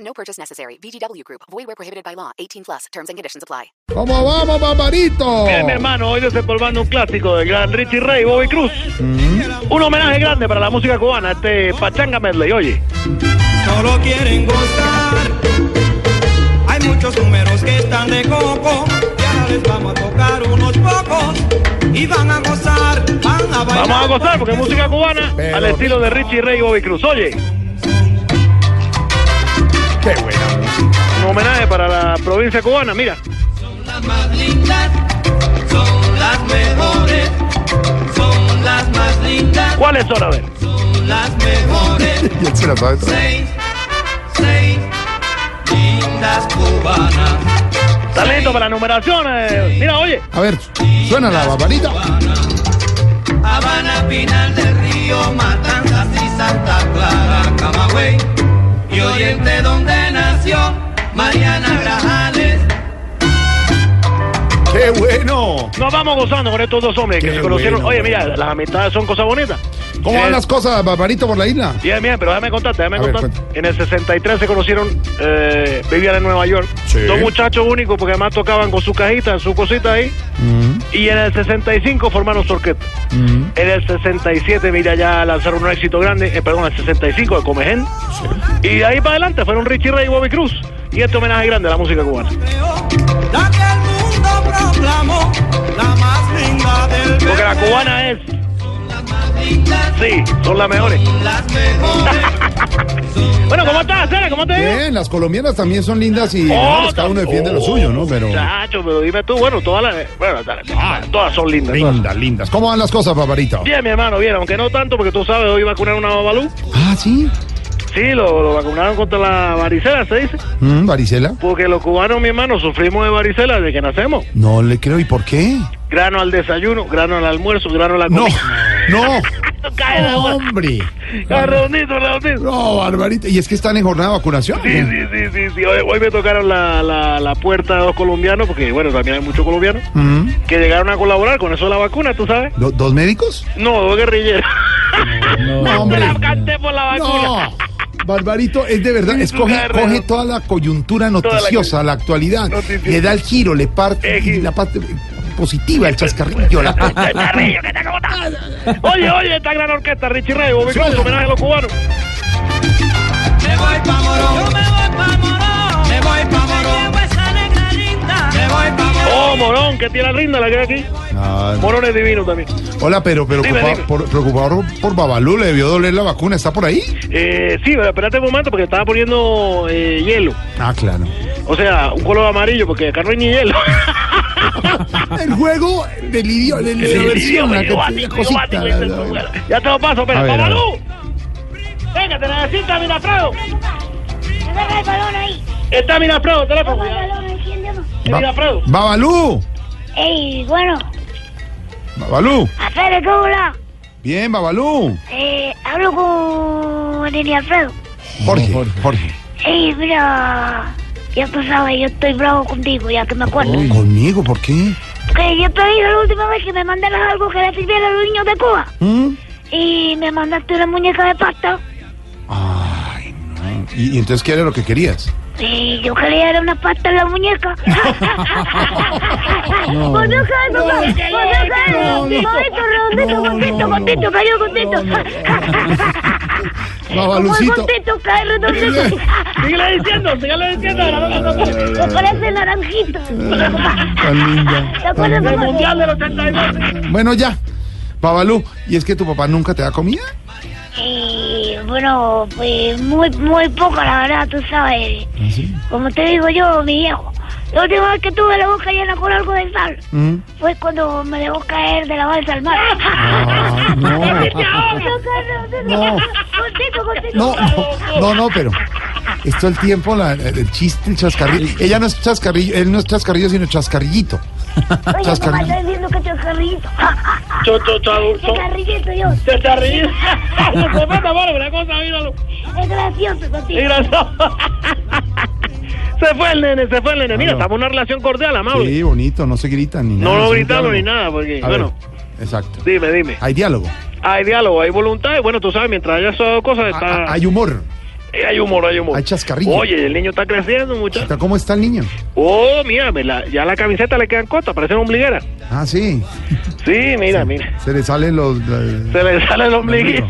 No purchase necessary. VGW Group. Void where prohibited by law. 18 plus. Terms and conditions apply. ¿Cómo vamos, paparito? Bien, Eh, mi hermano, hoy desempolvando un clásico del gran Richie Ray, Bobby Cruz. Mm. Un homenaje grande para la música cubana, este Pachanga Medley, oye. solo quieren gozar. Hay muchos números que están de coco, y ahora les vamos a tocar unos pocos y van a gozar, van a bailar. Vamos a gozar porque es música cubana Pero- al estilo de Richie Ray y Bobby Cruz, oye. Qué buena música. Un homenaje para la provincia cubana, mira. Las más lindas son las mejores, son las más lindas, ¿Cuáles son? A ver. son las mejores. Y él se la sabe. toda. Seis, seis lindas cubanas. ¿Estás listo para la numeración? eh? Mira, oye. A ver, suena la paparita. Habana, Pinal del Río, Matanzas y Santa Clara, Camagüey. Y Oriente donde nació Mariana Grajales. ¡Qué bueno! Nos vamos gozando con estos dos hombres que Qué se conocieron. bueno, Oye, bueno. mira, las amistades son cosas bonitas. ¿Cómo Eh, van las cosas, paparito, por la isla? Bien, bien, pero déjame contarte, déjame A ver, contarte. en el 63 se conocieron, eh, vivían en Nueva York. Sí. Dos muchachos únicos porque además tocaban con su cajita, su cosita ahí. Mm. Y en el 65 formaron su orquesta. En el 67, mira, ya lanzaron un éxito grande, eh, perdón, en el 65 de Comején. Y de ahí para adelante fueron Richie Ray y Bobby Cruz. Y este homenaje grande a la música cubana. Creó la que el mundo proclamó la más linda del Porque la Belén. cubana es, Las más lindas, sí, son las mejores. las mejores. Bueno, ¿cómo estás, Sara? ¿Cómo te digo? Bien, las colombianas también son lindas y Oh, pues, cada uno defiende lo suyo, ¿no? Pero Chacho, pero dime tú, bueno, todas las, eh, bueno, dale, Ah, todas, todas son lindas. todas. lindas, lindas. ¿Cómo van las cosas, paparito? Bien, mi hermano, bien, aunque no tanto, porque tú sabes, hoy vacunaron a Babalú. Ah, ¿sí? Sí, lo, lo vacunaron contra la varicela, se dice. Mm, ¿Varicela? Porque los cubanos, mi hermano, sufrimos de varicela desde que nacemos. No le creo. ¿Y por qué? Grano al desayuno, grano al almuerzo, grano a la No, comida. no. Cae la bola. ¡Hombre! Cae redondito, redondito. No, barbarita. ¿Y es que están en jornada de vacunación? Sí, sí, sí, sí, sí. Hoy, hoy me tocaron la, la, la puerta de dos colombianos, porque bueno, también hay muchos colombianos, Mm. que llegaron a colaborar con eso de la vacuna, ¿tú sabes? ¿Do- ¿Dos médicos? No, dos guerrilleros. No, Me hombre. la canté por la vacuna. No, Barbarito, es de verdad, Sí, escoge, Herrero. coge toda la coyuntura la noticiosa, la, actualidad, Noticiosa. Eh, le da el giro, le parte Ejí. la parte positiva, el pues, chascarrillo, la Carrillo, que te como tal. Oye, oye, esta gran orquesta, Richie Ray, Bobby Cruz, homenaje a los cubanos. Me voy pa' Morón. Yo me voy pa' Morón. Me voy pa' Morón. Me voy pa' Morón. Oh, Morón, que tiene rinda la que hay aquí. Ah, no. Morón es divino también. Hola, pero, pero Dime, preocupado, dime. Por, preocupado por Babalú, le debió doler la vacuna, ¿está por ahí? Eh, sí, pero espérate un momento porque estaba poniendo eh, hielo. Ah, claro. O sea, un color amarillo porque acá no hay ni hielo. El juego del idioma, de la versión, la que- la cosita. la- la- la- Ya te lo paso, A pero ver, a ver. Babalú. Venga, te necesitas Minafrado. Agarra el balón ahí. Está Minafrado, teléfono. Toma el cuidado. balón, enciéndelo. Eh, Minafrado. Babalú, Ey, bueno, Babalú, Alfredo, ¿cómo hola? bien, Babalú. Eh, hablo con el Alfredo. Jorge, Jorge. Ey, mira, ya tú sabes, yo estoy bravo contigo, ya que me acuerdo. ¿Conmigo? ¿Por qué? Que yo te dije la última vez que me mandaras algo que le sirviera a los niños de Cuba. ¿Mm? Y me mandaste una muñeca de pasta. Ay, no. ¿Y, y entonces qué era lo que querías? Y yo quería era una pasta en la muñeca. Vos Pues no sabes, papá. No, Vos no no. sabes. Bonito, No, redondito, no, contento, no. contento, cayó No, contento. no. Muy Babalucito. contento, cae redondito. Síguele diciendo, síguele diciendo. Me parece naranjito. Tan linda. ¿Te acuerdas, El papá? mundial del 82. Bueno, ya. Babalú, ¿y es que tu papá nunca te da comida? Eh, bueno, pues muy, muy poco, la verdad, tú sabes. ¿Ah, Como te digo yo, mi viejo. La última vez que tuve la boca llena con algo de sal Mm. fue cuando me dejó caer de la balsa al mar. Ah, no. No, Carlos, No. Contigo, contigo. No, no, no, pero. es todo el tiempo la- el chiste, el chascarrillo. Ella no es chascarrillo, él no es chascarrillo, sino chascarrillito. Oye, Chascarrillo. papá, estoy diciendo que chascarrillito. Ja, ja, ja. Cho, cho, cho, cho. Chascarrillito, yo. Te está riendo. Se fue bárbaro, una cosa, míralo. Es gracioso Es contigo. gracioso. Se fue el nene, se fue el nene. Mira, Aló. estamos en una relación cordial, amable. Ah, Sí, bonito, no se gritan ni No nada. lo es un gritaron ni diálogo. nada, porque, A ver, bueno, exacto. dime, dime. Hay diálogo, Hay diálogo, hay voluntad, y bueno, tú sabes, mientras haya esas dos cosas, a- a- está... Ah, hay humor. Eh, Hay humor, hay humor. hay chascarrillo. Oye, el niño está creciendo, muchacho. Está- ¿Cómo está el niño? Oh, mira, me la- ya la camiseta le quedan cortas, parece una ombliguera. Ah, sí. Sí, mira, mira. Se le salen los. la- Se le sale el ombliguito.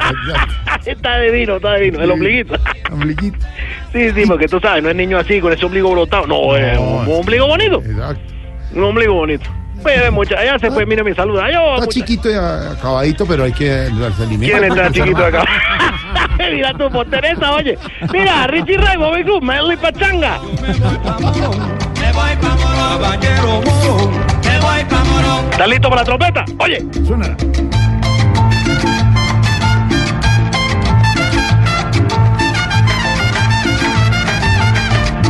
Exacto. está divino, está divino, el ombliguito. Ombliguito. sí, sí, porque tú sabes, no es niño así, con ese ombligo brotado. No, es un, es- ombligo bonito. Exacto. Un ombligo bonito. Pues, muchacha, ya se fue, mira, me saluda. Adiós, Está muchacha. chiquito y a- acabadito, pero hay que darse alimento. ¿Quién está chiquito acá? mira tu posteresa, oye. Mira, Richie Ray, Bobby Cruz, Melly Pachanga. Me voy pa' Morón, caballero Morón. Me voy pa' Morón. ¿Estás listo para la trompeta? Oye. Suena.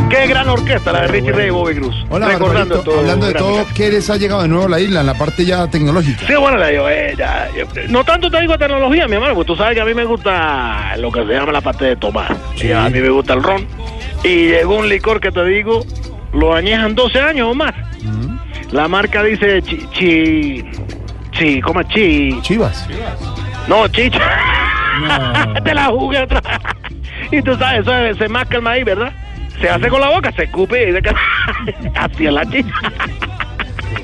Qué gran orquesta la de Richie Rey y Bobby Cruz. Hola, Recordando Barbarito. todo. hablando de gran todo, orquesta. ¿qué les ha llegado de nuevo a la isla en la parte ya tecnológica? Sí, bueno, la digo, eh, ya, eh, no tanto te digo tecnología, mi hermano, porque tú sabes que a mí me gusta lo que se llama la parte de tomar. Y a mí me gusta el ron. Y llegó un licor que te digo, lo añejan 12 años o más. La marca dice chi, chi, chi, ¿cómo es? chi? Chivas. No, chicha. te la jugué otra vez. Y tú sabes, eso es- se masca el maíz, ¿verdad? Se hace con la boca, se escupe y se ca- hacia la chicha.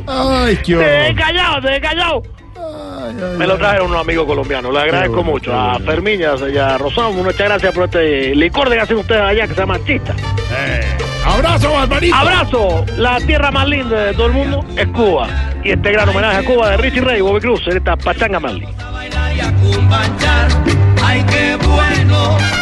Ay, qué Se horror. ve callado, se ve callado. Ay, ay, Me lo ay. trajeron unos amigos colombianos. Le agradezco bueno, mucho qué a bueno. Fermín y a- y a Rosado. Muchas gracias por este licor que hacen ustedes allá que se llama Chista. Eh, ¡Abrazo, Barbarito! Abrazo. La tierra más linda de todo el mundo es Cuba. Y este gran homenaje a Cuba de Richie Rey y Bobby Cruz en esta pachanga Mali. bailar y a cumbanchar. Ay, qué bueno,